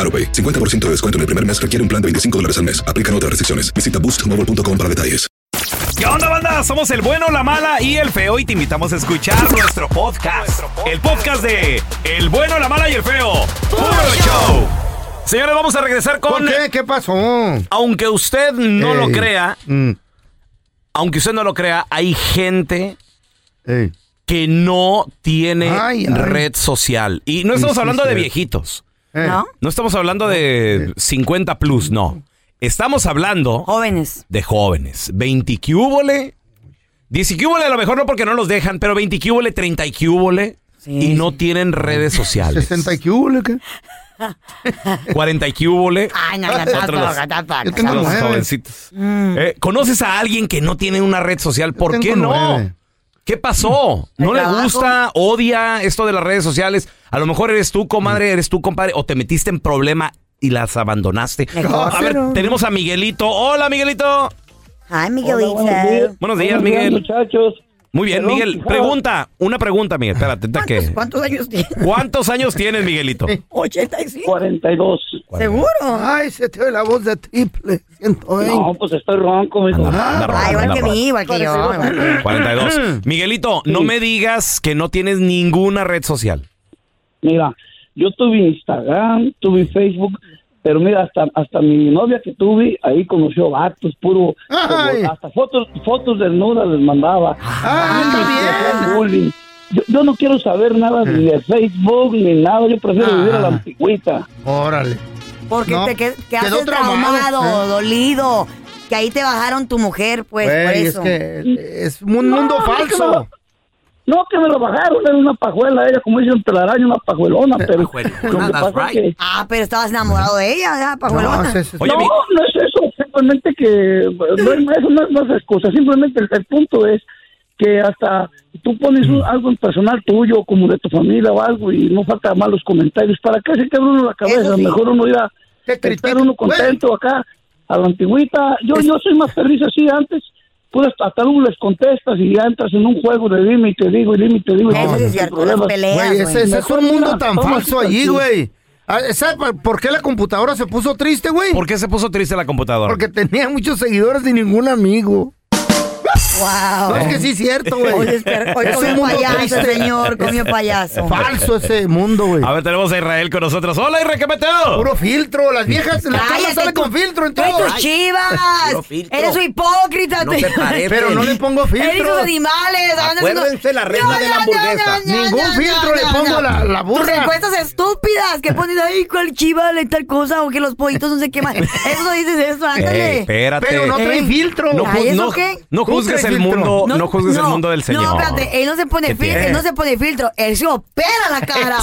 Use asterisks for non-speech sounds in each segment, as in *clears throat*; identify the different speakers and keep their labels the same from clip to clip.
Speaker 1: AroPay. 50% de descuento en el primer mes requiere un plan de 25 dólares al mes. Aplican otras restricciones. Visita boostmobile.com para detalles.
Speaker 2: ¿Qué onda, banda? Somos el bueno, la mala y el feo y te invitamos a escuchar nuestro podcast. El podcast de El bueno, la mala y el feo. ¡Puro show! Señores, vamos a regresar con...
Speaker 3: ¿Por qué? ¿Qué pasó?
Speaker 2: Aunque usted no
Speaker 3: Ey.
Speaker 2: lo crea,
Speaker 3: Mm,
Speaker 2: aunque usted no lo crea, hay gente
Speaker 3: ey.
Speaker 2: que no tiene
Speaker 3: Ay, ay.
Speaker 2: red social. Y no estamos
Speaker 3: sí,
Speaker 2: hablando de
Speaker 3: cierto.
Speaker 2: viejitos.
Speaker 3: Eh,
Speaker 4: ¿No?
Speaker 2: No estamos hablando de 50 plus, no. Estamos hablando
Speaker 4: Jóvenes.
Speaker 2: de jóvenes. 20 cúbole. 10 cúbole a lo mejor no porque no los dejan, pero 20 cúbole, 30 cúbole.
Speaker 4: Sí.
Speaker 2: Y no tienen redes sociales.
Speaker 3: 60 y qué hubo, ¿qué?
Speaker 2: 40 cúbole.
Speaker 4: Ay, no, ya
Speaker 2: Nosotros los-
Speaker 3: Yo tengo
Speaker 2: Los
Speaker 3: nueve.
Speaker 2: jovencitos. Eh, ¿Conoces a alguien que no tiene una red social? ¿Por
Speaker 3: Mm. Yo
Speaker 2: qué
Speaker 3: tengo
Speaker 2: no?
Speaker 3: nueve.
Speaker 2: ¿Qué pasó?
Speaker 4: El
Speaker 2: ¿No le
Speaker 4: trabajo.
Speaker 2: gusta? ¿Odia esto de las redes sociales? A lo mejor eres tú,
Speaker 3: Mm.
Speaker 2: comadre, eres tú, compadre, o te metiste en problema y las abandonaste.
Speaker 4: Mejor.
Speaker 2: A ver, tenemos a Miguelito. Hola, Miguelito.
Speaker 5: Buenos
Speaker 4: Ay, Miguelito.
Speaker 5: días.
Speaker 2: Buenos días,
Speaker 5: Buenos días,
Speaker 2: Miguel.
Speaker 5: muchachos.
Speaker 2: Muy bien,
Speaker 5: Perdón,
Speaker 2: Miguel.
Speaker 5: fijado.
Speaker 2: Pregunta, una pregunta, Miguel. Espérate, ahorita
Speaker 4: ¿Cuántos,
Speaker 2: que.
Speaker 4: cuántos años tiene?
Speaker 2: ¿Cuántos años
Speaker 4: *laughs*
Speaker 2: tienes, Miguelito?
Speaker 4: 85.
Speaker 5: 42.
Speaker 4: ¿Seguro?
Speaker 3: Ay, se te ve la voz de triple. 120.
Speaker 5: No, pues estoy ronco, mijo.
Speaker 2: Anda,
Speaker 4: Ah,
Speaker 2: anda, anda,
Speaker 4: igual que
Speaker 2: anda.
Speaker 4: mí, igual que yo. igual que- *clears throat*
Speaker 2: 42. Miguelito, no me digas que no tienes ninguna red social.
Speaker 5: Mira, yo tuve Instagram, tuve Facebook, pero mira, hasta hasta mi novia que tuve, ahí conoció vatos, puro.
Speaker 3: Ay.
Speaker 5: como- hasta fotos fotos desnudas les mandaba.
Speaker 3: Ah,
Speaker 5: Hacían bullying. Yo, yo no quiero saber nada ni de Facebook ni nada, yo prefiero
Speaker 3: Eh. Ah.
Speaker 5: vivir a la antigüita.
Speaker 3: Órale.
Speaker 4: Porque
Speaker 3: No,
Speaker 4: te que-
Speaker 3: quedó
Speaker 4: quedaste
Speaker 3: traumado,
Speaker 4: traumado,
Speaker 3: ¿eh?
Speaker 4: dolido. Que ahí te bajaron tu mujer, pues, por
Speaker 3: Güey, es
Speaker 4: eso.
Speaker 3: que es un mundo
Speaker 5: No, es que
Speaker 3: falso.
Speaker 5: No, que me lo bajaron, era una pajuela, ella como dice un telaraño, una pajuelona, pero lo que
Speaker 2: Pajuelona, that's
Speaker 5: pasa es
Speaker 2: right.
Speaker 5: que
Speaker 4: Ah, pero estabas enamorado de ella, ¿verdad, Pajuelona?
Speaker 3: No, se- se-
Speaker 2: Oye,
Speaker 5: no,
Speaker 2: mi-
Speaker 5: no es eso, simplemente que no es, eso no es más excusa, simplemente el, el punto es que hasta tú pones un- algo en personal tuyo, como de tu familia o algo, y no falta malos comentarios, ¿para qué se quebra uno la cabeza?
Speaker 4: Eso sí.
Speaker 5: Mejor uno ir a
Speaker 3: Te
Speaker 5: estar
Speaker 3: critico,
Speaker 5: uno contento acá, a la antigüita, yo, yo soy más feliz así antes, tú hasta tú les contestas y ya entras en un juego de dime y te digo, y dime y te digo, y te
Speaker 4: Eso sí
Speaker 5: sin
Speaker 4: es cierto, las
Speaker 5: problemas.
Speaker 4: peleas,
Speaker 3: Güey,
Speaker 4: güey.
Speaker 3: ese, ese es
Speaker 5: Mejor
Speaker 3: un mundo
Speaker 5: mira,
Speaker 3: tan
Speaker 5: toma
Speaker 3: falso
Speaker 5: aquí.
Speaker 3: allí, güey. Ah, ¿Sabes por- por qué la computadora se puso triste, güey?
Speaker 2: ¿Por qué se puso triste la computadora?
Speaker 3: Porque tenía muchos seguidores y ningún amigo. No,
Speaker 4: Wow.
Speaker 3: es que sí es cierto, güey.
Speaker 4: Hoy, desper- hoy
Speaker 3: Es un
Speaker 4: comió
Speaker 3: mundo
Speaker 4: payaso,
Speaker 3: triste.
Speaker 4: señor, comió payaso.
Speaker 3: Falso ese mundo, güey.
Speaker 2: A ver, tenemos a Israel con nosotros. Hola, Israel, ¿qué meteo?
Speaker 3: Puro filtro. Las viejas, las
Speaker 4: Cállate,
Speaker 3: chavas salen
Speaker 4: tú-
Speaker 3: con filtro en
Speaker 4: ¡Tú y
Speaker 3: todo.
Speaker 4: tus chivas! ¡Eres un hipócrita! te-
Speaker 3: Pero no le pongo
Speaker 4: ¡Eres
Speaker 3: filtro.
Speaker 4: unos animales!
Speaker 6: Acuérdense la regla de la hamburguesa.
Speaker 3: Ningún filtro le pongo a la- la burra.
Speaker 4: Tus encuestas estúpidas que ponen ahí cuál chiva y tal cosa o que los pollitos no sé qué más. Eso no dices eso, ándale.
Speaker 2: Espérate.
Speaker 3: Pero no trae
Speaker 4: Eh.
Speaker 3: filtro.
Speaker 2: No, ju-
Speaker 4: ¿Ah, eso
Speaker 2: no-
Speaker 4: qué?
Speaker 2: no
Speaker 3: Tú
Speaker 2: juzgues juzgues el
Speaker 3: filtro.
Speaker 2: mundo, no, juzgues el
Speaker 4: no,
Speaker 2: mundo del Señor.
Speaker 4: No, espérate, él no se pone
Speaker 2: ¿Qué
Speaker 4: filtro,
Speaker 2: tiene?
Speaker 4: él no se pone filtro, él se opera la cara.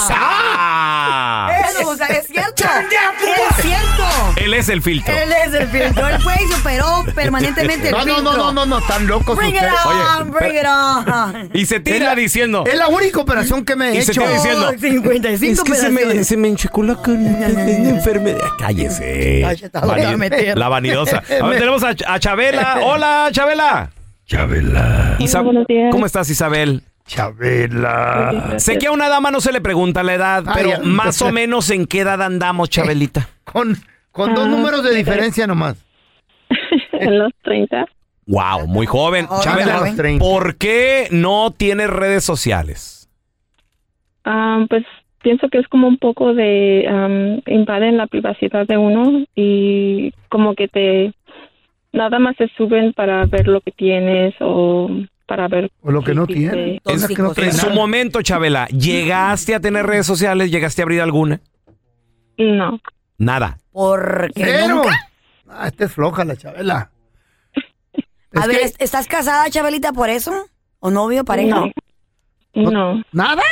Speaker 2: ¡Ah!
Speaker 4: Eso, o sea, es cierto. es cierto.
Speaker 2: Él es el filtro.
Speaker 4: Él es el filtro, él fue y se operó permanentemente el
Speaker 3: No, no,
Speaker 4: filtro.
Speaker 3: no, no, no, no, tan locos
Speaker 4: Bring it
Speaker 3: ustedes.
Speaker 4: on, bring it on.
Speaker 2: Y se tira diciendo.
Speaker 3: Es la única operación que me he
Speaker 2: Y se
Speaker 3: hecho.
Speaker 2: tira diciendo.
Speaker 4: 55
Speaker 2: Es que se me,
Speaker 4: operaciones.
Speaker 2: se me enchiculó con una enfermedad. Cállese.
Speaker 4: Cachetado
Speaker 2: Vani-
Speaker 4: te va a meter.
Speaker 2: la vanidosa. A ver,
Speaker 3: Me-
Speaker 2: tenemos a, a Chabela. Hola, Chabela. Chabela.
Speaker 7: buenos días.
Speaker 2: ¿Cómo estás, Isabel? Chabela. Sé que a una dama no se le pregunta la edad,
Speaker 3: Ay,
Speaker 2: pero
Speaker 3: ya.
Speaker 2: más o menos en qué
Speaker 3: *laughs*
Speaker 2: edad andamos, Chabelita.
Speaker 3: Con, con dos
Speaker 7: Ah,
Speaker 3: números de
Speaker 7: sí.
Speaker 3: diferencia nomás.
Speaker 7: *laughs* En los 30.
Speaker 2: Wow, muy joven.
Speaker 4: Ahora
Speaker 2: Chabela,
Speaker 3: joven. 30.
Speaker 2: ¿por qué no tienes redes sociales?
Speaker 7: Ah, pues pienso que es como un poco de am, invaden la privacidad de uno y como que te nada más se suben para ver lo que tienes o para ver
Speaker 3: O lo que
Speaker 7: si-
Speaker 3: no
Speaker 7: si
Speaker 3: tiene.
Speaker 7: te-
Speaker 3: Es que no trae
Speaker 2: En su
Speaker 3: nada.
Speaker 2: momento, Chabela, ¿llegaste a tener redes sociales? ¿Llegaste a abrir alguna?
Speaker 7: No.
Speaker 2: Nada.
Speaker 4: Porque
Speaker 3: Cero.
Speaker 4: nunca-
Speaker 3: Ah, esta es floja la Chabela.
Speaker 4: A
Speaker 3: Es
Speaker 4: ver,
Speaker 3: que-
Speaker 4: ¿est- ¿estás casada, Chabelita, por eso? ¿O novio, pareja?
Speaker 7: No. No,
Speaker 3: ¿Nada?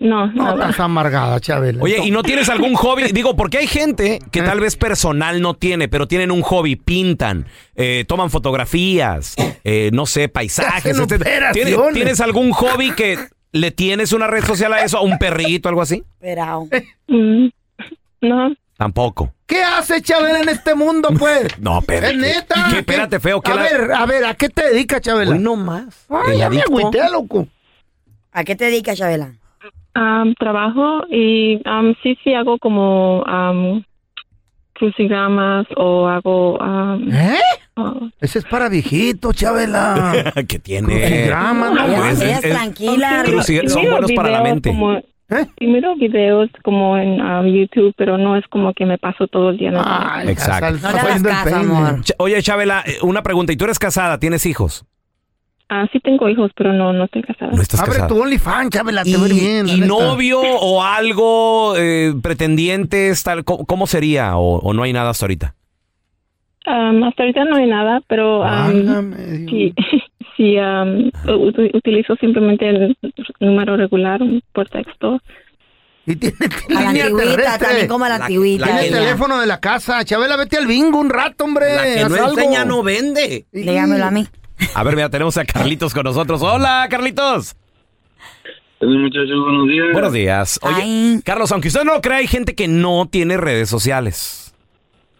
Speaker 7: no,
Speaker 3: No,
Speaker 7: nada.
Speaker 3: estás amargada, Chabela.
Speaker 2: Oye, ¿y no tienes algún hobby? Digo, porque hay gente que tal vez personal no tiene, pero tienen un hobby, pintan, eh, toman fotografías, eh, no sé, paisajes.
Speaker 3: Hacen
Speaker 2: este- ¿Tienes,
Speaker 3: operaciones.
Speaker 2: tienes algún hobby que le tienes una red social a eso, a un perrito, algo así?
Speaker 4: Esperao.
Speaker 7: Mm, no,
Speaker 2: Tampoco.
Speaker 3: ¿Qué hace Chabela en este mundo, pues?
Speaker 2: No, pero.
Speaker 3: Es neta.
Speaker 2: ¿Qué? Espérate, feo. ¿qué
Speaker 3: a
Speaker 2: la-
Speaker 3: ver, a ver, ¿a qué te dedicas, Chabela?
Speaker 2: Hoy no más.
Speaker 3: Ay,
Speaker 2: el
Speaker 3: ya me
Speaker 2: adicto.
Speaker 3: agüité, loco.
Speaker 4: ¿A qué te dedicas, Chabela?
Speaker 7: Am, trabajo y am, sí, sí hago como am, crucigramas o hago am,
Speaker 3: ¿Eh?
Speaker 7: oh,
Speaker 3: Ese es para viejitos, Chabela.
Speaker 2: *laughs* ¿Qué tiene? Pues
Speaker 3: Crucigrama, no
Speaker 4: Ya,
Speaker 2: Eh, es-
Speaker 4: seas
Speaker 2: es-
Speaker 4: tranquila.
Speaker 7: Pero
Speaker 2: Cruci-
Speaker 7: sí
Speaker 2: son
Speaker 7: miro
Speaker 2: buenos para la
Speaker 7: videos
Speaker 2: mente.
Speaker 7: Como,
Speaker 3: ¿Eh?
Speaker 7: sí miro videos como en ah, YouTube, pero no es como que me paso todo el día. en el-
Speaker 3: Ay,
Speaker 2: Exacto.
Speaker 3: Casal,
Speaker 4: No
Speaker 3: está
Speaker 4: le hagas
Speaker 3: poniendo el
Speaker 4: caso,
Speaker 3: peine.
Speaker 4: amor.
Speaker 2: Ch- Oye, Chabela, eh, una pregunta. ¿Y tú eres casada? ¿Tienes hijos?
Speaker 7: Ah, sí tengo hijos, pero no, no estoy casada.
Speaker 2: No estás
Speaker 3: Abre
Speaker 2: casada.
Speaker 3: tu OnlyFans, Chabela,
Speaker 2: ¿Y,
Speaker 3: te ve bien. la
Speaker 2: y
Speaker 3: neta.
Speaker 2: novio o algo, eh, pretendientes, tal? ¿Cómo, cómo sería? O, o no hay nada hasta ahorita?
Speaker 7: Am, hasta ahorita no hay nada, pero am,
Speaker 3: Válgame Dios.
Speaker 7: sí, *laughs* sí, am,
Speaker 2: Ah.
Speaker 7: ut- utilizo simplemente el número regular por texto.
Speaker 3: Y tiene
Speaker 4: A la
Speaker 3: línea
Speaker 4: antigüita,
Speaker 3: terrestre.
Speaker 4: también como a la
Speaker 8: La-
Speaker 4: antigüita.
Speaker 3: Tiene
Speaker 8: la-
Speaker 3: el
Speaker 4: ella.
Speaker 3: teléfono de la casa. Chabela, vete al bingo un rato, hombre.
Speaker 8: La que
Speaker 3: haz
Speaker 8: no
Speaker 3: algo.
Speaker 8: enseña no vende.
Speaker 3: Y-
Speaker 4: Dígamelo a mí.
Speaker 2: A ver, mira, tenemos a Carlitos con nosotros. Hola, Carlitos.
Speaker 9: Muchachos, buenos días.
Speaker 2: Buenos días. Oye,
Speaker 4: Ay.
Speaker 2: Carlos, aunque usted no lo crea, hay gente que no tiene redes sociales.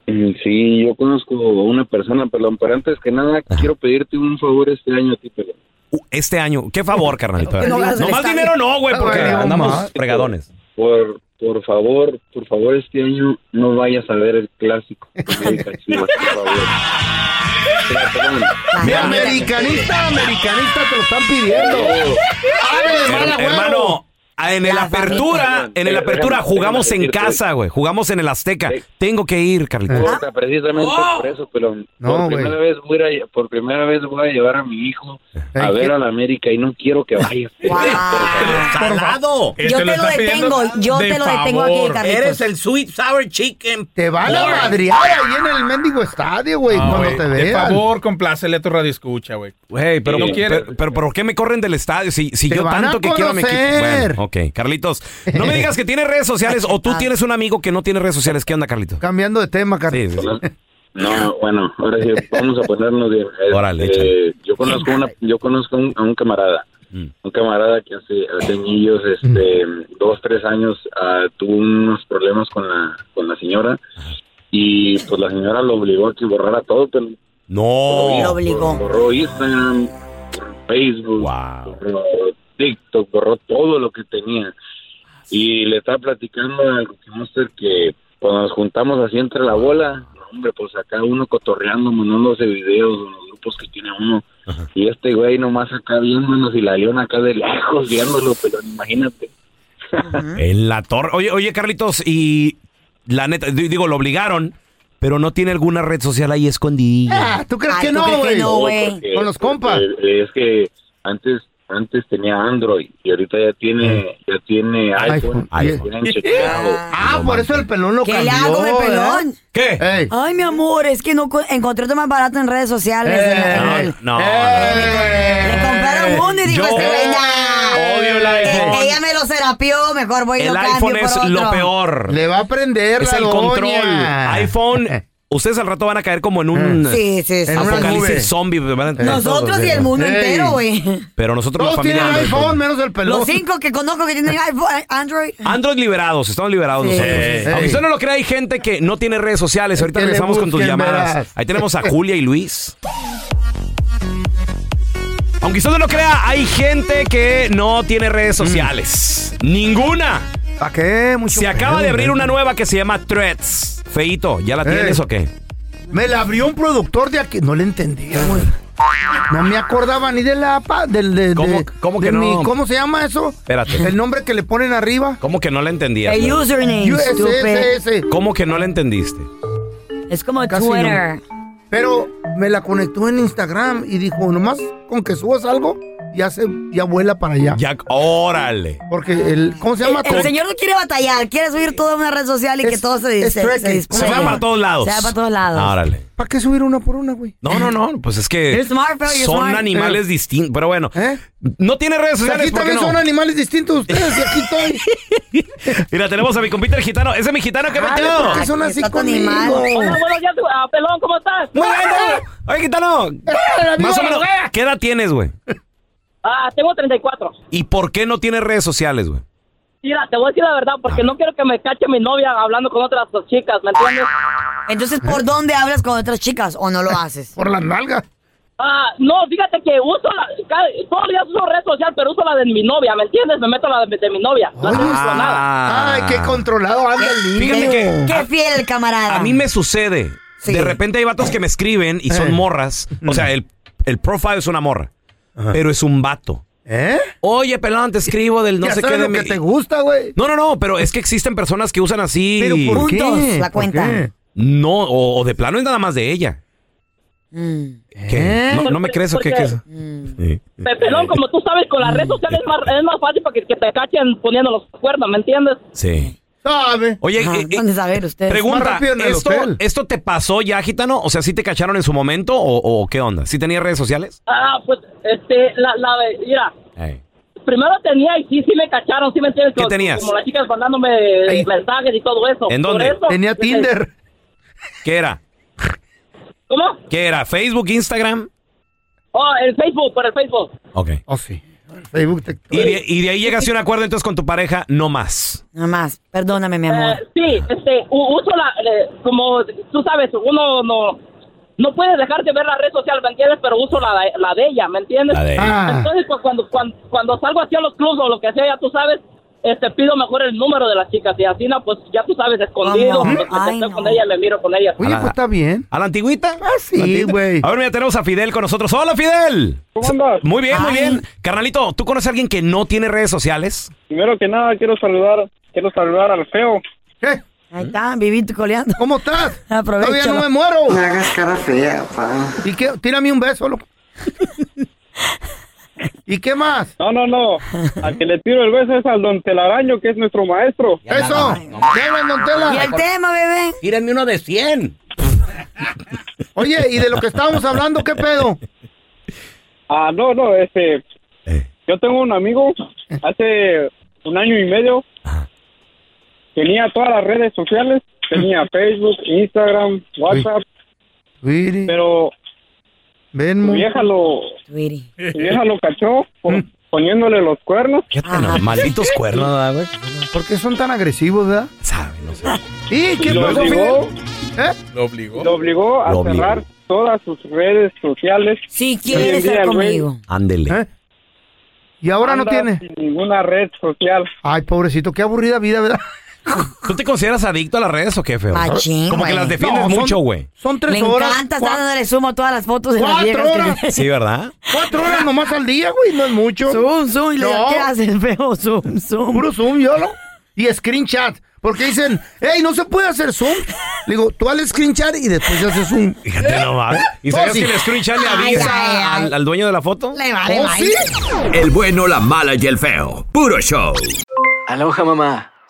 Speaker 9: Mm, Sí, yo conozco a una persona, Pelón, pero antes que nada quiero pedirte un favor este año a ti, Pelón.
Speaker 2: Uh, este año, qué favor, carnalito.
Speaker 4: Que *laughs* no ganas el
Speaker 2: No más
Speaker 4: estadio.
Speaker 2: dinero no, güey, porque
Speaker 3: Ay, no
Speaker 2: andamos
Speaker 3: más.
Speaker 2: Ah, fregadones.
Speaker 9: Este, Por, por favor, por favor, este año no vayas a ver el clásico. América Chivas, por favor. Mira, Pelón,
Speaker 4: La
Speaker 3: Mira,
Speaker 4: neta.
Speaker 3: americanista, americanista, te lo están pidiendo. Abre de mala
Speaker 2: Her-
Speaker 3: huevo.
Speaker 2: hermano, a- en el
Speaker 4: La
Speaker 2: apertura,
Speaker 9: familia.
Speaker 2: en el
Speaker 9: Eh,
Speaker 2: apertura
Speaker 9: déjame-
Speaker 2: jugamos
Speaker 9: déjame
Speaker 2: en
Speaker 9: decirte.
Speaker 2: casa, güey. Jugamos en el Azteca.
Speaker 9: Eh.
Speaker 2: Tengo que ir, Carlitos.
Speaker 9: corta, precisamente por eso, Pelón.
Speaker 3: Ah. No,
Speaker 9: por,
Speaker 3: güey.
Speaker 9: primera vez voy a, ir a- por primera vez voy a llevar a mi hijo a
Speaker 3: Ay,
Speaker 9: ver
Speaker 3: qué-
Speaker 9: a la América y no quiero que vayas. Pelón, por favor.
Speaker 4: Guau.
Speaker 8: Salado.
Speaker 4: Yo te Este lo detengo, yo te lo detengo aquí,
Speaker 8: Eres
Speaker 4: Carlitos.
Speaker 8: el sweet sour chicken.
Speaker 3: Te van a madrear ahí en el mendigo estadio,
Speaker 2: Ah,
Speaker 3: güey, cuando te
Speaker 10: Ah, De
Speaker 3: vean. *laughs*
Speaker 10: favor, complácele a tu radio escucha, güey.
Speaker 2: Güey, pero,
Speaker 10: Sí.
Speaker 2: pero, pero ¿por qué me corren del estadio? Si, si
Speaker 3: Te
Speaker 2: yo
Speaker 3: van a
Speaker 2: tanto que quiero a mi equipo.
Speaker 3: conocer.
Speaker 2: Bueno, ok, Carlitos. No me digas que tiene redes sociales o
Speaker 4: Ah.
Speaker 2: tú tienes un amigo que no tiene redes sociales. ¿Qué onda, Carlitos?
Speaker 3: Ah. Cambiando de tema, Eh.
Speaker 2: Sí,
Speaker 3: Carlos.
Speaker 2: sí, sí.
Speaker 3: *laughs*
Speaker 9: No, bueno, ahora
Speaker 2: *laughs*
Speaker 9: sí, vamos a ponernos bien.
Speaker 2: Órale,
Speaker 9: Este, yo conozco una, yo conozco un- a un camarada,
Speaker 2: Mm.
Speaker 9: un camarada que hace, hace añillos,
Speaker 4: Mm.
Speaker 9: este, dos, tres años, ah, tuvo unos problemas con la, con la señora y pues la señora lo obligó a que borrara todo, pero
Speaker 4: Lo
Speaker 2: No.
Speaker 4: obligó.
Speaker 9: borró Instagram, Facebook,
Speaker 2: Wow.
Speaker 9: borró TikTok, borró todo lo que tenía.
Speaker 2: Ah,
Speaker 9: Y le estaba platicando al Monster que cuando nos juntamos así entre la bola, no, hombre, pues acá uno cotorreando, mandándose videos en los grupos que tiene uno. Y este güey nomás acá viéndonos y la leona acá de lejos viéndolo, pero imagínate.
Speaker 2: En la torre. Oye, oye, Carlitos, y la neta, di- digo, lo obligaron, pero no tiene alguna red social ahí escondida.
Speaker 3: Ah, ¿tú crees
Speaker 4: Ay,
Speaker 3: que
Speaker 4: ¿tú
Speaker 3: no,
Speaker 4: crees que
Speaker 3: güey?
Speaker 4: no? güey.
Speaker 9: porque-
Speaker 3: Con los compas.
Speaker 9: porque Es eh, que antes
Speaker 11: antes tenía Android y ahorita ya tiene, ya tiene iPhone. Ya han checado.
Speaker 3: Ah, por eso el pelón lo
Speaker 4: ¿Qué
Speaker 3: cambió.
Speaker 4: le hago, mi pelón?
Speaker 3: ¿eh?
Speaker 2: ¿Qué?
Speaker 4: Ay, mi amor, es que no co- encontré otro más barato en redes sociales.
Speaker 2: No,
Speaker 4: Compraron uno y dijo,
Speaker 2: Yo
Speaker 4: este güey, nah.
Speaker 2: odio el
Speaker 4: Eh,
Speaker 2: iPhone.
Speaker 4: Ella me lo serapió, mejor voy y
Speaker 2: El
Speaker 4: lo
Speaker 2: iPhone
Speaker 4: cambio por
Speaker 2: es
Speaker 4: otro.
Speaker 2: lo peor.
Speaker 3: Le va a aprender
Speaker 2: Es
Speaker 3: la
Speaker 2: el
Speaker 3: doña.
Speaker 2: control.
Speaker 3: *laughs*
Speaker 2: iPhone. Ustedes al rato van a caer como en un
Speaker 4: Sí, sí, sí. En una nube.
Speaker 2: apocalipsis zombie. van a-
Speaker 4: Nosotros y el mundo
Speaker 3: Ey.
Speaker 4: entero, güey.
Speaker 2: Pero nosotros la
Speaker 3: Todos
Speaker 2: familia
Speaker 3: tienen
Speaker 2: Android.
Speaker 3: iPhone, menos el pelón.
Speaker 4: Los cinco que conozco que tienen iPhone, eh, Android.
Speaker 2: Android liberados, estamos liberados
Speaker 4: Sí.
Speaker 2: nosotros.
Speaker 4: Sí.
Speaker 2: Aunque usted no lo crea, hay gente que no tiene redes sociales. Ahorita
Speaker 3: Que le
Speaker 2: regresamos con tus
Speaker 3: busquen,
Speaker 2: llamadas.
Speaker 3: verás.
Speaker 2: Ahí tenemos a Julia y Luis. Aunque usted no lo crea, hay gente que no tiene redes sociales. Ninguna.
Speaker 3: ¿Para Mm. qué? Mucho
Speaker 2: Se acaba
Speaker 3: pedo, Eh.
Speaker 2: de abrir
Speaker 3: güey.
Speaker 2: una nueva que se llama Threads. Feito, ¿ya la
Speaker 3: Ey.
Speaker 2: tienes o qué?
Speaker 3: Me la abrió un productor de aquí. No le entendía, güey. No me acordaba ni de la pa- del de,
Speaker 2: ¿Cómo-
Speaker 3: de-
Speaker 2: cómo que
Speaker 3: de
Speaker 2: no?
Speaker 3: mi- ¿Cómo se llama eso?
Speaker 2: Espérate.
Speaker 3: El nombre que le ponen arriba.
Speaker 2: ¿Cómo que no la entendías?
Speaker 3: El
Speaker 2: Luis?
Speaker 3: username, Yo- ese, ese, estúpido.
Speaker 2: ¿Cómo que no la entendiste?
Speaker 4: Es como
Speaker 3: Casi
Speaker 4: Twitter.
Speaker 3: no. Pero me la conectó en Instagram y dijo, nomás con que subas algo, ya se ya vuela para allá.
Speaker 2: Ya, órale.
Speaker 3: Porque el ¿cómo se llama?
Speaker 4: El señor no quiere batallar, quiere subir toda una red social y que todo se dice.
Speaker 3: es trekking.
Speaker 2: Se va para todos lados.
Speaker 4: Se va para todos lados.
Speaker 2: Órale.
Speaker 3: ¿Para qué subir una por una, güey?
Speaker 2: No, no, no, pues es que
Speaker 3: You're smart, bro, you're
Speaker 2: son
Speaker 3: smart. ¿Eh?
Speaker 2: animales distintos, pero bueno. No tiene redes
Speaker 3: O sea,
Speaker 2: sociales,
Speaker 3: Aquí
Speaker 2: ¿por qué
Speaker 3: también
Speaker 2: no?
Speaker 3: son animales distintos ustedes y aquí
Speaker 4: *laughs*
Speaker 3: estoy.
Speaker 2: Mira, tenemos a mi compita el gitano. Ese es mi gitano que
Speaker 3: Ay,
Speaker 2: metió.
Speaker 3: Ah, ¿por qué son así conmigo?
Speaker 12: Hola, buenos días, ah, pelón, ¿cómo estás?
Speaker 2: Muy bien, ¿no? Oye, gitano. Más o menos, ¿qué edad tienes, güey?
Speaker 12: Ah, tengo 34.
Speaker 2: ¿Y por qué no tienes redes sociales, güey?
Speaker 12: Mira, te voy a decir la verdad porque no quiero que me cache mi novia hablando con otras chicas, ¿me entiendes?
Speaker 4: Entonces, ¿por dónde hablas con otras chicas o no lo haces?
Speaker 3: Por las nalgas.
Speaker 12: Ah, no, fíjate que uso la, ca- todos los días uso red social, pero uso la de mi novia, ¿me entiendes? Me meto la de, de mi novia. La tengo clonada.
Speaker 3: Ah. Ay, qué controlado anda el niño.
Speaker 2: Fíjate que-
Speaker 4: Qué fiel el camarada.
Speaker 2: A mí me sucede. De repente hay vatos que me escriben y
Speaker 3: Eh.
Speaker 2: son morras. O sea, el, el profile es una morra, pero es un vato.
Speaker 3: ¿Eh?
Speaker 2: Oye, pelón, te escribo del no
Speaker 3: Ya
Speaker 2: sé qué
Speaker 3: sabes
Speaker 2: de
Speaker 3: lo
Speaker 2: mi-
Speaker 3: que te gusta, güey.
Speaker 2: No, no, no, pero es que existen personas que usan así.
Speaker 3: Pero ¿por qué? Juntos, la ¿Por cuenta. qué?
Speaker 2: No, o, o de plano es nada más de ella.
Speaker 4: Mm.
Speaker 3: ¿Eh?
Speaker 2: ¿Qué? No, no me crees o qué,
Speaker 12: ¿Eh? Porque-
Speaker 2: qué es?
Speaker 12: Pe- Pelón, como tú sabes, con las redes sociales es más, es más fácil para que, que te cachen poniendo los cuernos, ¿me entiendes?
Speaker 2: Sí.
Speaker 3: Sabe.
Speaker 2: Oye, eh, eh,
Speaker 4: saber usted?
Speaker 2: pregunta, ¿esto, ¿esto te pasó ya, gitano? O sea, ¿sí te cacharon en su momento o, o qué onda? ¿Sí tenías redes sociales?
Speaker 12: Ah, pues, este, la, la, mira,
Speaker 2: Ey.
Speaker 12: primero tenía y sí, sí me cacharon, sí me entiendes.
Speaker 2: ¿Qué
Speaker 12: Como-
Speaker 2: tenías?
Speaker 12: Como las chicas mandándome mensajes y todo eso.
Speaker 2: ¿En
Speaker 12: Por
Speaker 2: dónde?
Speaker 12: eso- este,
Speaker 2: Tenía Tinder. ¿Qué era?
Speaker 12: ¿Cómo?
Speaker 2: ¿Qué era? ¿Facebook, Instagram?
Speaker 12: Oh, el Facebook, por el Facebook.
Speaker 2: Ok.
Speaker 3: Oh, sí. Facebook te...
Speaker 2: Y de, y de ahí llegaste a un acuerdo entonces con tu pareja, no más.
Speaker 4: Nada más, perdóname, mi amor.
Speaker 12: Eh, sí, este, u- uso la, eh, como tú sabes, uno no, no puede dejar de ver la red social, ¿me entiendes? Pero uso la, de- la de ella, ¿me entiendes?
Speaker 2: La de
Speaker 3: ella. Ah.
Speaker 12: Entonces, pues, cuando, cuando, cuando salgo hacia los clubs o lo que sea, ya tú sabes, este, pido mejor el número de las chicas y así, no, pues, ya tú sabes, escondido,
Speaker 3: Amor,
Speaker 12: pues, me contacto con ella, me miro con ella.
Speaker 3: Oye, pues está bien.
Speaker 2: ¿A la antigüita? Ah,
Speaker 3: sí, güey.
Speaker 2: Ahora mira, tenemos a Fidel con nosotros. ¡Hola, Fidel! Muy bien, muy
Speaker 13: Ay.
Speaker 2: bien. Carnalito, ¿tú conoces a alguien que no tiene redes sociales?
Speaker 13: Primero que nada, quiero saludar, quiero saludar al feo.
Speaker 4: Ahí está, vivito coleando.
Speaker 3: ¿Cómo estás?
Speaker 4: *laughs* Aprovecha.
Speaker 3: Todavía no me muero.
Speaker 14: No hagas cara fea, pa.
Speaker 3: ¿Y qué? Tírame un beso, loco. ¿Y qué más?
Speaker 13: No, no, no. Al que le tiro el beso es al don Telaraño, que es nuestro maestro.
Speaker 3: Eso. Llévame, don Tela.
Speaker 4: ¿Y el tema, bebé?
Speaker 8: Tírenme uno de 100.
Speaker 3: *laughs* Oye, ¿y de lo que estábamos hablando qué pedo?
Speaker 13: Ah, no, no, este.
Speaker 3: Eh.
Speaker 13: Yo tengo un amigo hace un año y medio. Tenía todas las redes sociales. Tenía Facebook, Instagram, WhatsApp.
Speaker 3: Wiri,
Speaker 13: Pero su
Speaker 3: Venmo.
Speaker 13: vieja lo,
Speaker 4: Wiri.
Speaker 13: su vieja lo cachó por-
Speaker 3: Mm.
Speaker 13: poniéndole los cuernos.
Speaker 2: malditos cuernos,
Speaker 3: güey. ¿Por qué son tan agresivos, verdad?
Speaker 2: Sabe, no sé.
Speaker 3: ¿Y qué
Speaker 13: Y lo
Speaker 3: pasó,
Speaker 13: obligó.
Speaker 3: Fidel? ¿Eh?
Speaker 10: Lo obligó.
Speaker 13: Lo obligó a
Speaker 2: Lo obligó.
Speaker 13: cerrar todas sus redes sociales.
Speaker 4: Si
Speaker 13: Hoy en
Speaker 4: quieres
Speaker 13: día
Speaker 4: estar
Speaker 13: el güey
Speaker 4: conmigo.
Speaker 2: Ándele.
Speaker 3: ¿Eh? ¿Y ahora no
Speaker 13: anda
Speaker 3: tiene?
Speaker 13: sin ninguna red social.
Speaker 3: Ay, pobrecito, qué aburrida vida, ¿verdad?
Speaker 2: ¿Tú te consideras adicto a las redes o qué, feo?
Speaker 4: *laughs* Machín,
Speaker 2: Como que
Speaker 4: güey.
Speaker 2: las defiendes
Speaker 3: No, son-
Speaker 2: mucho, güey.
Speaker 3: Son tres
Speaker 4: Le
Speaker 3: horas.
Speaker 4: encanta estar
Speaker 3: cua-
Speaker 4: dándole sumo a todas las fotos de las
Speaker 3: Cuatro
Speaker 4: viejas.
Speaker 3: horas.
Speaker 4: Que...
Speaker 2: Sí, ¿verdad?
Speaker 3: *laughs* Cuatro horas nomás al día, güey, no es mucho.
Speaker 4: Zoom, zoom, y le digo, ¿qué haces, feo? Zoom, zoom.
Speaker 3: Puro zoom, yo lo. Y screenshot. Porque dicen, hey, no se puede hacer zoom. Le digo, tú al screenshot y después ya haces
Speaker 2: *laughs*
Speaker 3: zoom.
Speaker 2: Fíjate nomás. Ah, ¿Y
Speaker 3: Oh,
Speaker 2: sabías
Speaker 3: sí.
Speaker 2: que el screenshot le
Speaker 3: Ay,
Speaker 2: avisa
Speaker 3: ay, ay.
Speaker 2: Al, al dueño de la foto?
Speaker 3: Le vale, Oh, vale.
Speaker 15: El bueno, la mala y el feo. Puro show.
Speaker 16: Aloha mamá.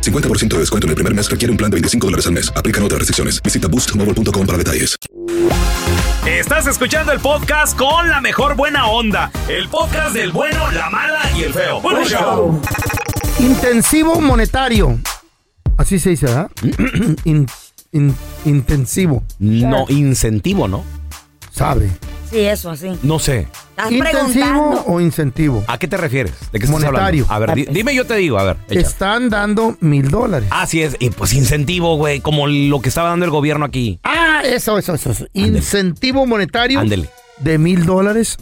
Speaker 1: 50% de descuento en el primer mes requiere un plan de 25 dólares al mes. Aplican otras restricciones. Visita boostmobile.com para detalles.
Speaker 2: Estás escuchando el podcast con la mejor buena onda. El podcast del bueno, la mala y el feo. Puro show.
Speaker 3: Intensivo monetario. Así se dice,
Speaker 5: *clears throat*
Speaker 3: ¿verdad? In- in- intensivo.
Speaker 5: No, incentivo, ¿no?
Speaker 3: Sabe.
Speaker 4: Sí, eso, así.
Speaker 5: No sé.
Speaker 4: Estás
Speaker 3: ¿Intensivo
Speaker 4: preguntando.
Speaker 3: o incentivo?
Speaker 5: ¿A qué te refieres? ¿De qué estás
Speaker 3: Monetario.
Speaker 5: hablando? A ver, di- dime, yo te digo, a ver. echa.
Speaker 3: Están dando mil dólares.
Speaker 5: Así es, y pues incentivo, güey, como lo que estaba dando el gobierno aquí.
Speaker 3: Ah, eso, eso, eso. eso. Incentivo monetario
Speaker 5: Ándele.
Speaker 3: de mil dólares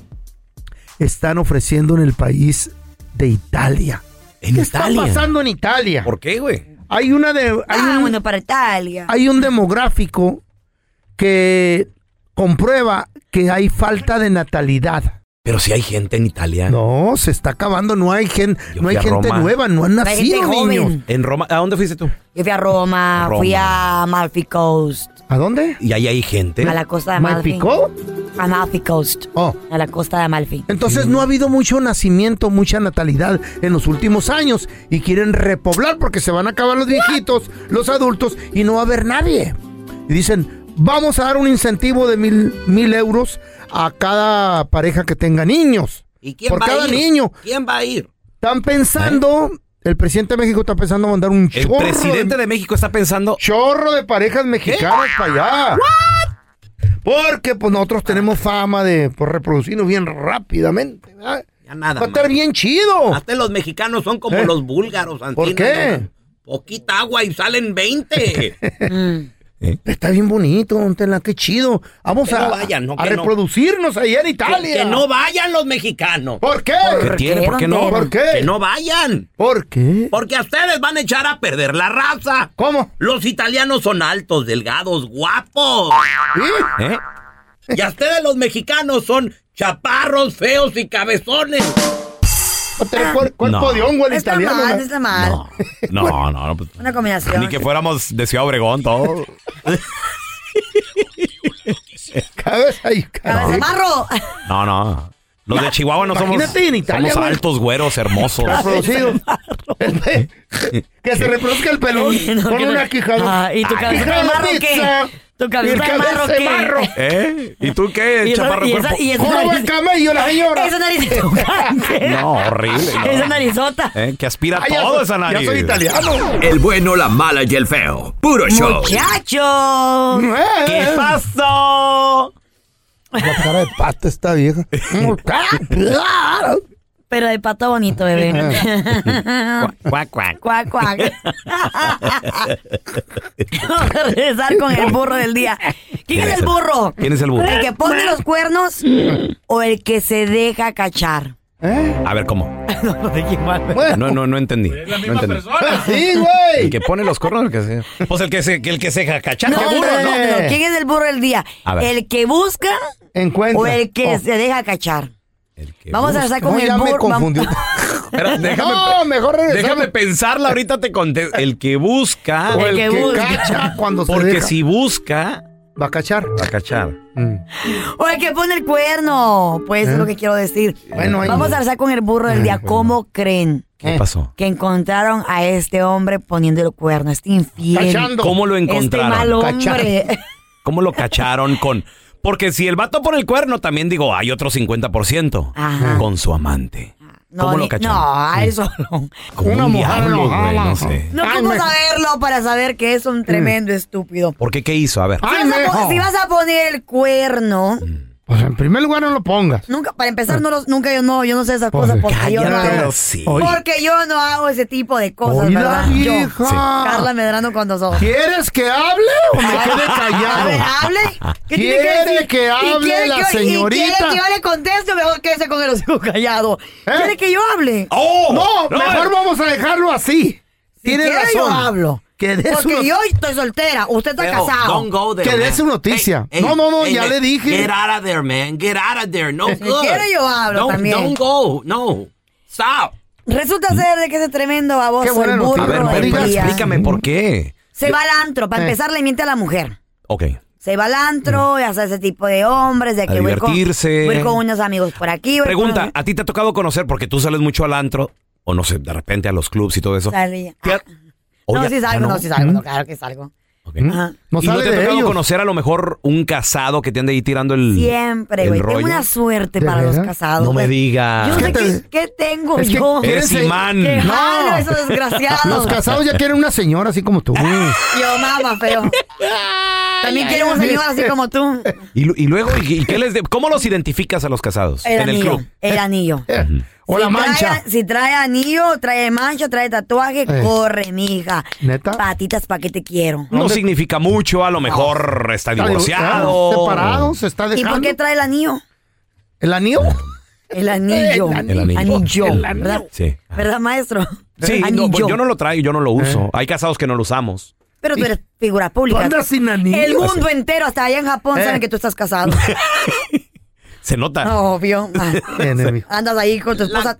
Speaker 3: están ofreciendo en el país de Italia.
Speaker 5: ¿En
Speaker 3: ¿Qué
Speaker 5: Italia?
Speaker 3: está pasando en Italia?
Speaker 5: ¿Por qué, güey?
Speaker 3: Hay una de. Hay
Speaker 4: Ah,
Speaker 3: un,
Speaker 4: bueno, para Italia.
Speaker 3: hay un demográfico que comprueba que hay falta de natalidad.
Speaker 5: Pero si hay gente en Italia.
Speaker 3: No, se está acabando, no hay, gen- no
Speaker 5: fui
Speaker 3: hay
Speaker 5: a
Speaker 3: gente
Speaker 5: Roma.
Speaker 3: nueva, no han
Speaker 4: No hay gente
Speaker 3: nacido
Speaker 4: joven.
Speaker 3: niños.
Speaker 5: En Roma, ¿a dónde fuiste tú?
Speaker 4: Yo fui a Roma,
Speaker 5: Roma.
Speaker 4: fui a Malfi Coast,
Speaker 3: ¿A dónde?
Speaker 5: Y ahí hay gente.
Speaker 4: a la costa de Amalfi.
Speaker 3: ¿Malfi Coast?
Speaker 4: A Malfi Coast.
Speaker 3: Oh.
Speaker 4: A la costa de Amalfi.
Speaker 3: Entonces no ha habido mucho nacimiento, mucha natalidad en los últimos años y quieren repoblar porque se van a acabar los viejitos, los adultos y no va a haber nadie. Y dicen, vamos a dar un incentivo de mil, mil euros a cada pareja que tenga niños.
Speaker 5: ¿Y quién
Speaker 3: Por
Speaker 5: va a
Speaker 3: cada
Speaker 5: ir?
Speaker 3: niño.
Speaker 5: ¿Quién va a ir?
Speaker 3: Están pensando, el presidente de México está pensando mandar un
Speaker 5: El
Speaker 3: chorro
Speaker 5: presidente de México está pensando. ¿Eh?
Speaker 3: Chorro de parejas mexicanas para allá. Ah. Porque pues nosotros tenemos fama de pues, reproducirnos bien rápidamente. ¿verdad?
Speaker 8: Ya nada.
Speaker 3: Va a estar
Speaker 8: más.
Speaker 3: bien chido.
Speaker 8: Hasta
Speaker 3: *laughs*
Speaker 8: los mexicanos son como
Speaker 3: ¿Eh?
Speaker 8: los búlgaros.
Speaker 3: ¿Por
Speaker 8: Antina,
Speaker 3: qué?
Speaker 8: ¿no? Poquita agua y salen 20. Mm.
Speaker 3: Está bien bonito, don Tela, qué chido. Vamos
Speaker 8: Que
Speaker 3: a,
Speaker 8: no vayan, no,
Speaker 3: a
Speaker 8: que no.
Speaker 3: reproducirnos allá en Italia.
Speaker 8: Que, que no vayan los mexicanos.
Speaker 3: ¿Por qué?
Speaker 5: ¿Qué tiene? ¿Por qué no?
Speaker 3: ¿Por qué?
Speaker 8: Que no vayan.
Speaker 3: ¿Por qué?
Speaker 8: Porque a ustedes van a echar a perder la raza.
Speaker 3: ¿Cómo?
Speaker 8: Los italianos son altos, delgados, guapos.
Speaker 5: ¿Eh?
Speaker 8: Y a ustedes los mexicanos son chaparros, feos y cabezones.
Speaker 3: Va a tener cuer- cuerpo
Speaker 5: No.
Speaker 3: de hongo el
Speaker 4: Está
Speaker 3: italiano.
Speaker 4: mal,
Speaker 3: ¿no?
Speaker 4: está mal. *laughs*
Speaker 5: No, no, no. pues,
Speaker 4: Una combinación.
Speaker 5: Ni que fuéramos de Ciudad Obregón, todo.
Speaker 3: Cabeza y cabeza.
Speaker 4: Cabezamarro.
Speaker 5: No, no. Los de Chihuahua no somos,
Speaker 3: Imagínate en Italia,
Speaker 5: somos
Speaker 3: güey.
Speaker 5: altos, güeros, hermosos.
Speaker 4: *laughs*
Speaker 3: Reproducido. que se reproduzca el pelón
Speaker 4: *laughs* No,
Speaker 3: con
Speaker 4: que no.
Speaker 3: una quijada.
Speaker 4: Ah, ¿Y tu
Speaker 3: Ay,
Speaker 4: cabeza de
Speaker 3: quijada
Speaker 4: marro
Speaker 3: pizza.
Speaker 4: qué? ¿Tu
Speaker 3: Y
Speaker 4: cabeza de marro
Speaker 3: cabeza de marro.
Speaker 4: qué?
Speaker 5: ¿Eh? ¿Y tú qué,
Speaker 4: Y esa-
Speaker 5: chaparro
Speaker 4: y esa-
Speaker 5: cuerpo?
Speaker 4: y esa
Speaker 3: Joroba
Speaker 4: nariz-
Speaker 3: el camello, la señora.
Speaker 4: Esa nariz
Speaker 3: *laughs*
Speaker 4: de elefante.
Speaker 5: No, horrible. no.
Speaker 4: Esa narizota.
Speaker 5: ¿Eh? Que aspira
Speaker 3: Ay, ya
Speaker 5: todo
Speaker 3: soy-
Speaker 5: esa nariz.
Speaker 3: Ya soy italiano.
Speaker 15: El bueno, la mala y el feo. Puro show.
Speaker 4: ¡Muchacho!
Speaker 5: ¿Qué pasó?
Speaker 3: La cara de pata está vieja. Pues,
Speaker 4: Pero de pato bonito,
Speaker 3: *laughs*
Speaker 4: bebé.
Speaker 5: Cuac, cuac.
Speaker 4: Cuac, cuac.
Speaker 5: *laughs*
Speaker 4: Vamos a regresar con el burro del día. ¿Quién es el burro?
Speaker 5: ¿Quién es el burro?
Speaker 4: ¿El que pone los cuernos o el que se deja cachar?
Speaker 5: A ver,
Speaker 4: *laughs*
Speaker 5: ¿cómo?
Speaker 3: Bueno,
Speaker 5: No, no, no entendí. no entendí.
Speaker 3: Ah, sí,
Speaker 5: El
Speaker 3: güey.
Speaker 5: que pone los cornos, el que se... Pues el que se, el que se cachaca,
Speaker 4: No,
Speaker 5: burro,
Speaker 4: no,
Speaker 5: ¿no?
Speaker 4: no, ¿Quién es el burro del día?
Speaker 5: A ver.
Speaker 4: ¿El que busca
Speaker 3: Encuentra.
Speaker 4: o el que
Speaker 3: Oh.
Speaker 4: se deja cachar?
Speaker 5: El que
Speaker 4: Vamos a regresar con
Speaker 3: No,
Speaker 4: el
Speaker 3: ya me
Speaker 4: burro. vamos-
Speaker 3: confundió.
Speaker 4: *laughs*
Speaker 5: Espera, déjame,
Speaker 3: no, mejor regresamos.
Speaker 5: déjame pensarla, ahorita te contesto. El que busca,
Speaker 3: O el,
Speaker 2: Ah.
Speaker 4: El que
Speaker 3: que,
Speaker 4: busca.
Speaker 3: cacha cuando se
Speaker 5: porque
Speaker 3: deja.
Speaker 5: si busca,
Speaker 3: Va a cachar. Mm.
Speaker 5: va a cachar.
Speaker 4: O el que pone el cuerno. Pues es lo que quiero decir.
Speaker 2: Bueno, ahí-
Speaker 4: Vamos a alzar con el burro del día. ¿Cómo creen?
Speaker 2: ¿Qué pasó?
Speaker 4: Que encontraron a este hombre poniendo el cuerno. Este infiel.
Speaker 2: Cachando. ¿Cómo lo encontraron?
Speaker 4: Este mal hombre.
Speaker 2: Cachando. ¿Cómo lo cacharon con...? Porque si el vato pone el cuerno, también digo, hay otro 50%
Speaker 3: Ah.
Speaker 4: Ajá. Ah.
Speaker 2: con su amante.
Speaker 4: No,
Speaker 2: ¿Cómo lo
Speaker 4: ni-
Speaker 2: cacharon?
Speaker 4: No, a eso no.
Speaker 2: Como
Speaker 4: Una
Speaker 2: un
Speaker 4: mujer
Speaker 2: diablo,
Speaker 4: enojada.
Speaker 2: güey, no sé.
Speaker 4: No, ¿cómo saberlo para saber que es un tremendo estúpido?
Speaker 2: ¿Por qué? ¿Qué hizo? A ver.
Speaker 4: Si vas a po- Ah, pues, si vas a poner el cuerno,
Speaker 3: Pues en primer lugar no lo pongas.
Speaker 4: Nunca, para empezar, no los, nunca yo no, yo no sé esas
Speaker 3: Pues,
Speaker 4: cosas porque yo no
Speaker 3: Ah. cállate,
Speaker 4: hago.
Speaker 3: sí.
Speaker 4: Porque yo no hago ese tipo de cosas,
Speaker 3: Oíla,
Speaker 4: ¿verdad? Yo,
Speaker 3: hija. Sí.
Speaker 4: Carla Medrano cuando sos.
Speaker 3: ¿Quieres que hable o me
Speaker 2: *laughs*
Speaker 3: quede callado?
Speaker 4: A ver, hable. ¿Qué tiene
Speaker 3: ¿Quiere
Speaker 4: decir?
Speaker 3: que
Speaker 4: ¿Y
Speaker 3: hable
Speaker 4: quiere
Speaker 3: la
Speaker 4: que yo- ¿Y
Speaker 3: señorita? ¿Eh?
Speaker 4: quiere que yo le conteste o mejor quédese con el hocico callado? ¿Quiere que yo hable?
Speaker 3: Oh, no, mejor vamos a dejarlo así. Tiene
Speaker 4: quiere,
Speaker 3: razón.
Speaker 4: yo hablo.
Speaker 3: Que des
Speaker 4: Porque
Speaker 3: una-
Speaker 4: yo estoy soltera, usted está
Speaker 3: Pero,
Speaker 4: casado.
Speaker 3: don't go there, Que dé man. su noticia. No, no, no, ya le dije.
Speaker 17: Get out of there, man. Get out of there. No
Speaker 4: Si
Speaker 17: good.
Speaker 4: quiere, yo hablo
Speaker 17: Don't-
Speaker 4: también.
Speaker 17: Don't go. No. Stop.
Speaker 4: Resulta
Speaker 2: ¿Mm?
Speaker 4: ser de que ese tremendo baboso, el burro
Speaker 2: A ver,
Speaker 4: del
Speaker 2: pero
Speaker 4: día,
Speaker 2: explícame por qué.
Speaker 4: se va al antro. Para
Speaker 2: Eh.
Speaker 4: empezar, le miente a la mujer.
Speaker 2: Ok.
Speaker 4: Se va al antro, ya sabe ese tipo de hombres, de
Speaker 2: A
Speaker 4: que voy con,
Speaker 2: divertirse.
Speaker 4: voy con unos amigos por aquí. voy
Speaker 2: Pregunta, ¿a ti te ha tocado conocer, porque tú sales mucho al antro, o no sé, de repente a los clubs y todo eso?
Speaker 4: con- Salía.
Speaker 2: O
Speaker 4: No,
Speaker 2: ya-
Speaker 4: sí salgo,
Speaker 2: ah,
Speaker 4: no, sí salgo, no, claro que salgo. Ah. Ajá.
Speaker 2: ¿Y no te ha tocado conocer a lo mejor un casado que te ande ahí tirando el
Speaker 4: Siempre,
Speaker 2: el
Speaker 4: güey. Tengo
Speaker 2: rollo?
Speaker 4: una suerte para los casados.
Speaker 2: No me
Speaker 4: güey.
Speaker 2: digas.
Speaker 4: Yo no sé
Speaker 2: ¿Qué
Speaker 4: qué,
Speaker 2: te-
Speaker 4: qué tengo
Speaker 2: Es que
Speaker 4: yo.
Speaker 2: eres
Speaker 4: Qué
Speaker 2: imán.
Speaker 4: jalo
Speaker 2: No.
Speaker 4: esos desgraciados. Ah.
Speaker 3: Los casados ya quieren una señora así como tú.
Speaker 4: Yo, mamá,
Speaker 2: *laughs*
Speaker 4: feo. También quiero un señor así como tú.
Speaker 2: Y, lu- y luego, ¿y, y qué les de- ¿cómo los identificas a los casados?
Speaker 4: El
Speaker 2: en el
Speaker 4: anillo.
Speaker 2: club. Eh,
Speaker 4: El anillo.
Speaker 2: O la mancha.
Speaker 4: Trae, si trae anillo, trae mancha, trae tatuaje,
Speaker 2: Eh.
Speaker 4: corre, mija.
Speaker 2: ¿Neta?
Speaker 4: Patitas, ¿pa' qué te quiero?
Speaker 2: No significa mucho, a lo mejor está divorciado.
Speaker 3: Separados, se está
Speaker 4: ¿Y por
Speaker 3: dejando.
Speaker 4: qué trae el anillo?
Speaker 3: ¿El anillo?
Speaker 4: El anillo.
Speaker 2: El anillo. El anillo.
Speaker 4: ¿Verdad?
Speaker 2: Sí.
Speaker 4: ¿Verdad, maestro?
Speaker 2: Sí, no,
Speaker 4: Anillo.
Speaker 2: pues yo no lo traigo, yo no lo uso. Hay casados que no lo usamos.
Speaker 4: Pero tú eres figura pública.
Speaker 2: ¿Tú andas sin anillo?
Speaker 4: El mundo entero, hasta allá en Japón,
Speaker 2: Eh.
Speaker 4: saben que tú estás
Speaker 2: *laughs*
Speaker 4: casado.
Speaker 2: Se nota.
Speaker 4: Obvio.
Speaker 3: ah.
Speaker 2: Enemigo.
Speaker 4: Andas ahí con tu esposa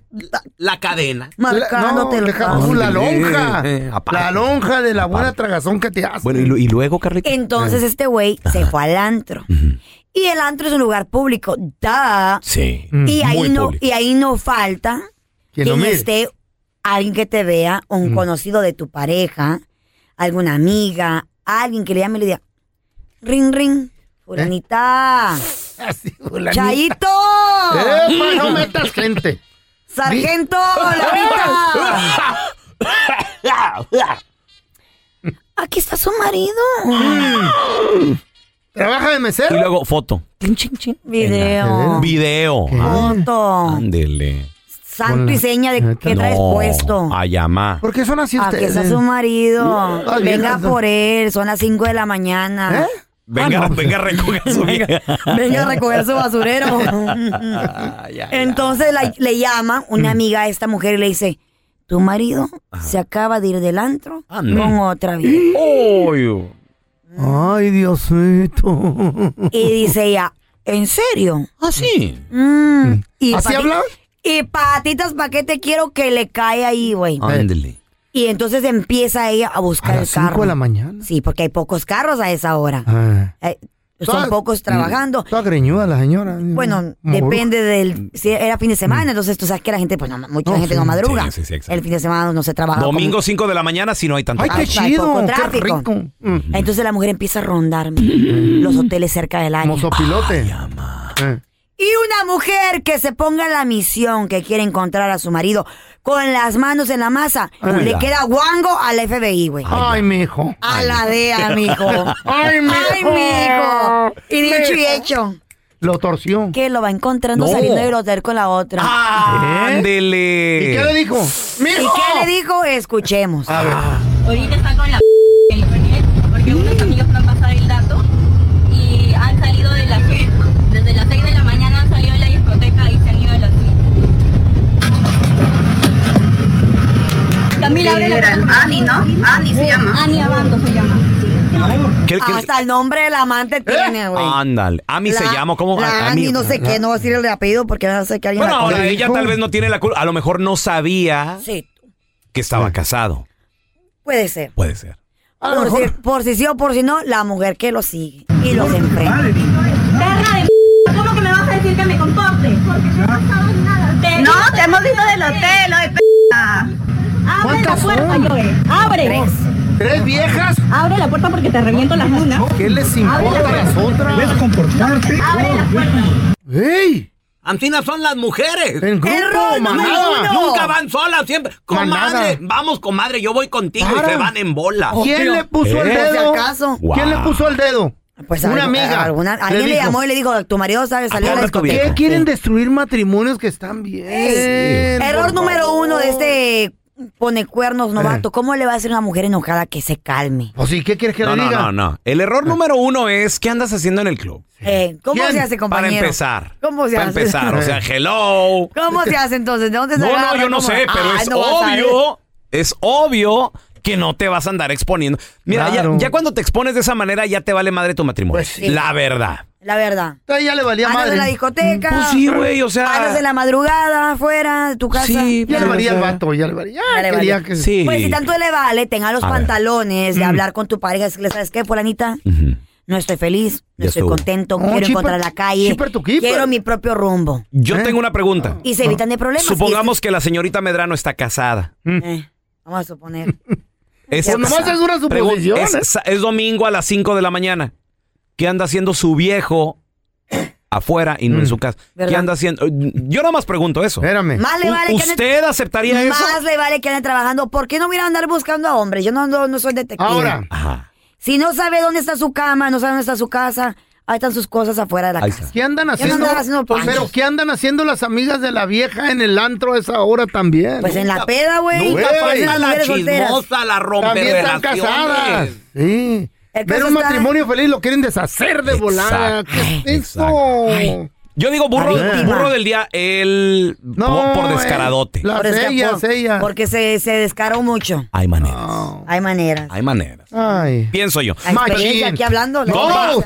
Speaker 17: La cadena.
Speaker 4: marcándote el
Speaker 3: deja
Speaker 4: carro.
Speaker 3: tú la lonja.
Speaker 2: Eh, eh, aparte.
Speaker 3: la lonja de la buena tragazón que te hace.
Speaker 2: Bueno, y, lu- y luego, Carlita.
Speaker 4: Entonces
Speaker 2: Eh.
Speaker 4: este güey se fue al antro. Y el antro es un lugar público. Da.
Speaker 2: Sí.
Speaker 4: Y
Speaker 2: Mm.
Speaker 4: ahí
Speaker 2: Muy
Speaker 4: no,
Speaker 2: público.
Speaker 4: y ahí no falta
Speaker 2: Quien
Speaker 4: quien,
Speaker 2: lo mire.
Speaker 4: esté alguien que te vea, un
Speaker 2: Mm.
Speaker 4: conocido de tu pareja, alguna amiga, alguien que le llame y le diga, ring, ring, fulanita,
Speaker 2: ¿Eh?
Speaker 3: Ah,
Speaker 4: Chaito,
Speaker 3: Epa, no metas
Speaker 4: *laughs*
Speaker 3: gente.
Speaker 2: *laughs*
Speaker 4: sargento, Lorita. Aquí está su marido.
Speaker 2: Mm.
Speaker 3: ¿Trabaja de mesero?
Speaker 2: Y luego, foto.
Speaker 4: Video.
Speaker 2: Video.
Speaker 4: Foto.
Speaker 2: Ándele.
Speaker 4: Santo y seña de qué Ah, traes
Speaker 2: No,
Speaker 4: puesto.
Speaker 2: A llamar.
Speaker 3: ¿Por qué son así
Speaker 4: Aquí
Speaker 3: ustedes?
Speaker 4: está su marido.
Speaker 3: Ay, ¿Eh? bien,
Speaker 4: Venga
Speaker 3: Aldo.
Speaker 4: por él. Son las 5 de la mañana.
Speaker 2: Venga, venga, recoge su vieja.
Speaker 4: Venga a recoger su
Speaker 2: *laughs*
Speaker 4: basurero. Entonces la- le llama
Speaker 3: Mm.
Speaker 4: una amiga a esta mujer y le dice, tu marido se acaba de ir del antro
Speaker 3: Anda.
Speaker 4: con otra
Speaker 3: *laughs*
Speaker 4: vieja.
Speaker 3: Ay, Diosito.
Speaker 4: Y dice ella, ¿en serio? Mm.
Speaker 2: Así.
Speaker 3: Ah, ¿Así habla?
Speaker 4: Y patitas, ¿para qué te quiero que le cae ahí, güey?
Speaker 2: Ándele.
Speaker 4: Y entonces empieza ella a buscar el carro.
Speaker 3: ¿Cinco de la mañana?
Speaker 4: Sí, porque hay pocos carros a esa hora.
Speaker 3: Ah.
Speaker 4: Eh, son
Speaker 3: Toda-
Speaker 4: pocos trabajando.
Speaker 3: Toda greñuda la señora.
Speaker 4: Bueno,
Speaker 3: Moruja.
Speaker 4: depende del. Si era fin de semana, entonces tú sabes que la gente, pues no, mucha
Speaker 2: No,
Speaker 4: gente
Speaker 2: sí.
Speaker 4: no madruga.
Speaker 2: Sí, sí, sí, exacto.
Speaker 4: el fin de semana no se trabaja.
Speaker 2: Domingo 5 de la mañana si no hay tanto.
Speaker 4: Ay, qué
Speaker 2: tráfico.
Speaker 4: chido, Hay poco qué tráfico. rico. Entonces la mujer empieza a rondar los hoteles cerca del área.
Speaker 3: Mozopilote. Eh.
Speaker 4: Y una mujer que se ponga la misión que quiere encontrar a su marido con las manos en la masa,
Speaker 3: Ay.
Speaker 4: le queda guango al FBI, güey.
Speaker 3: Ay, mijo.
Speaker 4: A la DEA, mijo.
Speaker 3: Ay, mijo.
Speaker 4: Ay, mijo. Y dicho y
Speaker 3: Mijo.
Speaker 4: hecho,
Speaker 3: Lo torció.
Speaker 4: que lo va encontrando
Speaker 3: No. Ah,
Speaker 4: saliendo del hotel con la otra.
Speaker 2: Ándele.
Speaker 3: ¿Y qué le dijo?
Speaker 4: ¿Y qué le dijo? Escuchemos.
Speaker 3: A ver.
Speaker 2: Ah.
Speaker 18: Ahorita está con la California porque
Speaker 19: Mm.
Speaker 18: unos amigos me han pasado el dato y han salido de la suite. Desde las 6 de la mañana han salido de la discoteca y se han ido de la suite. Camila, abre la Ani, ¿no? Ani se llama. Ani Abando se llama.
Speaker 2: ¿Qué- qué-
Speaker 4: Hasta el nombre del
Speaker 3: ¿Eh?
Speaker 4: amante tiene, güey.
Speaker 2: Ándale. Ami se
Speaker 4: La-
Speaker 2: llama. ¿Cómo? Ah,
Speaker 4: La
Speaker 2: A-
Speaker 4: Ani,
Speaker 2: Ami-
Speaker 4: no sé qué, no voy a decir el apellido porque no sé que alguien
Speaker 2: Bueno,
Speaker 4: la
Speaker 2: ahora
Speaker 4: conoce.
Speaker 2: ella tal vez no tiene la culpa. A lo mejor no sabía
Speaker 4: Sí,
Speaker 2: que estaba casado.
Speaker 4: puede ser.
Speaker 2: Puede ser.
Speaker 4: Por si, por si sí o por si no, la mujer que lo sigue y los enfrenta.
Speaker 18: decir que me comporte. Porque no sabes nada.
Speaker 19: No, te hemos visto del hotel, oye, p***.
Speaker 18: Abre la
Speaker 19: ¿Cuántas
Speaker 18: puerta,
Speaker 19: son?
Speaker 18: Joe. Abre.
Speaker 19: Tres.
Speaker 18: ¿Tres viejas? Abre la puerta porque te reviento las lunas.
Speaker 3: ¿Qué les
Speaker 18: importa las
Speaker 3: otras?
Speaker 18: ¿Ves
Speaker 3: comportarte?
Speaker 18: Abre la puerta.
Speaker 3: ¡Ey!
Speaker 20: Antinas son las mujeres.
Speaker 3: En grupo, Error manada. número uno.
Speaker 20: Nunca van solas, siempre. Comadre, vamos, comadre, yo voy contigo y
Speaker 3: Para.
Speaker 20: se van en bola.
Speaker 3: ¿Quién le puso
Speaker 5: Eh.
Speaker 3: el dedo?
Speaker 4: Si acaso.
Speaker 3: ¿Quién le
Speaker 20: Guau.
Speaker 3: puso el dedo?
Speaker 4: Pues
Speaker 3: una
Speaker 4: algo-
Speaker 3: amiga.
Speaker 4: alguna-
Speaker 3: Le
Speaker 4: alguien le
Speaker 3: dijo,
Speaker 4: llamó y le dijo, tu marido sabe salir a la discoteca.
Speaker 3: ¿Qué quieren destruir matrimonios que están bien?
Speaker 4: Ey, Error
Speaker 3: por
Speaker 4: número
Speaker 3: favor. Eh.
Speaker 4: uno de este pone cuernos novato. ¿Cómo le va a hacer una mujer enojada que se calme?
Speaker 3: O sí, ¿qué quieres que
Speaker 5: No,
Speaker 3: le
Speaker 5: no,
Speaker 3: diga? Ah.
Speaker 5: no, no. El error número uno es ¿qué andas haciendo en el club?
Speaker 4: Eh, ¿Cómo
Speaker 5: ¿Quién?
Speaker 4: se hace, compañero?
Speaker 5: Para empezar.
Speaker 4: ¿Cómo se
Speaker 5: Para
Speaker 4: hace?
Speaker 5: empezar, o
Speaker 3: *laughs*
Speaker 5: sea, hello.
Speaker 4: ¿Cómo se hace entonces? ¿De dónde se
Speaker 5: No, no,
Speaker 4: agarra?
Speaker 5: yo no
Speaker 4: ¿Cómo?
Speaker 5: sé, pero
Speaker 4: Ay,
Speaker 5: es
Speaker 4: no vas a ver.
Speaker 5: obvio, es obvio que no te vas a andar exponiendo. Mira, ya-
Speaker 3: Claro.
Speaker 5: ya, cuando te expones de esa manera ya te vale madre tu matrimonio.
Speaker 4: Pues sí.
Speaker 5: La verdad.
Speaker 4: La verdad.
Speaker 3: A ella le valía
Speaker 4: Andas
Speaker 3: madre.
Speaker 4: en la discoteca.
Speaker 5: Pues sí, güey, o sea-
Speaker 4: Andas en la madrugada, afuera de tu casa.
Speaker 5: Sí, pues,
Speaker 3: Ya le valía el vato, ya le valía.
Speaker 4: Ya le
Speaker 3: quería
Speaker 4: valió.
Speaker 3: que- Sí.
Speaker 4: Pues si tanto le vale, tenga los
Speaker 3: A ver.
Speaker 4: pantalones de
Speaker 3: Mm.
Speaker 4: hablar con tu pareja. decirle, ¿Sabes qué, fulanita? No estoy feliz, no
Speaker 5: Ya
Speaker 4: estoy
Speaker 5: estuvo.
Speaker 4: contento,
Speaker 5: Oh,
Speaker 4: quiero
Speaker 5: cheaper-
Speaker 4: encontrar la calle, quiero mi propio rumbo.
Speaker 3: Eh.
Speaker 5: Yo tengo una pregunta.
Speaker 4: Y se evitan de problemas.
Speaker 5: Supongamos que la señorita Medrano está casada.
Speaker 4: Eh, vamos a suponer.
Speaker 5: Es,
Speaker 4: Pues nomás es una
Speaker 5: Pregun-
Speaker 4: suposición,
Speaker 5: Es,
Speaker 4: ¿eh?
Speaker 5: sa- es domingo a las 5 de la mañana. ¿Qué anda haciendo su viejo *clears throat* afuera y no
Speaker 4: Mm.
Speaker 5: en su casa? ¿Qué
Speaker 4: ¿Verdad?
Speaker 5: anda haciendo? Eh, Yo nada más pregunto eso. Espérame.
Speaker 4: Más le vale que anden-
Speaker 5: ¿Usted aceptaría eso?
Speaker 4: Más le vale que anden trabajando. ¿Por qué no voy a andar buscando a hombres? Yo no, no, no soy detective.
Speaker 5: Ahora. Ajá.
Speaker 4: Si no sabe dónde está su cama, no sabe dónde está su casa, ahí están sus cosas afuera de la
Speaker 5: Ahí
Speaker 4: casa.
Speaker 3: ¿Qué andan
Speaker 4: Ya no
Speaker 3: haciendo?
Speaker 4: andaba haciendo
Speaker 3: Pues, pero
Speaker 4: panchos.
Speaker 3: ¿qué andan haciendo las amigas de la vieja en el antro a esa hora también?
Speaker 4: Pues en la peda, güey.
Speaker 3: Nunca falta
Speaker 4: Las
Speaker 3: la
Speaker 4: mujeres solteras.
Speaker 20: chismosa, la
Speaker 3: También están
Speaker 20: relaciones.
Speaker 3: casadas. Sí.
Speaker 4: El
Speaker 3: Ver
Speaker 4: caso
Speaker 3: un
Speaker 4: está-
Speaker 3: matrimonio feliz lo quieren deshacer de volada. ¿Qué es eso?
Speaker 5: Yo digo burro,
Speaker 3: La víctima.
Speaker 5: burro del día, él po-
Speaker 4: eh,
Speaker 5: por,
Speaker 2: eh,
Speaker 5: descaradote.
Speaker 4: Por esca- por- Porque se, se descaró mucho.
Speaker 5: Hay maneras.
Speaker 4: Hay maneras.
Speaker 5: Hay maneras.
Speaker 3: Ay.
Speaker 5: Pienso yo.
Speaker 4: La experiencia aquí hablando. la
Speaker 5: Compa.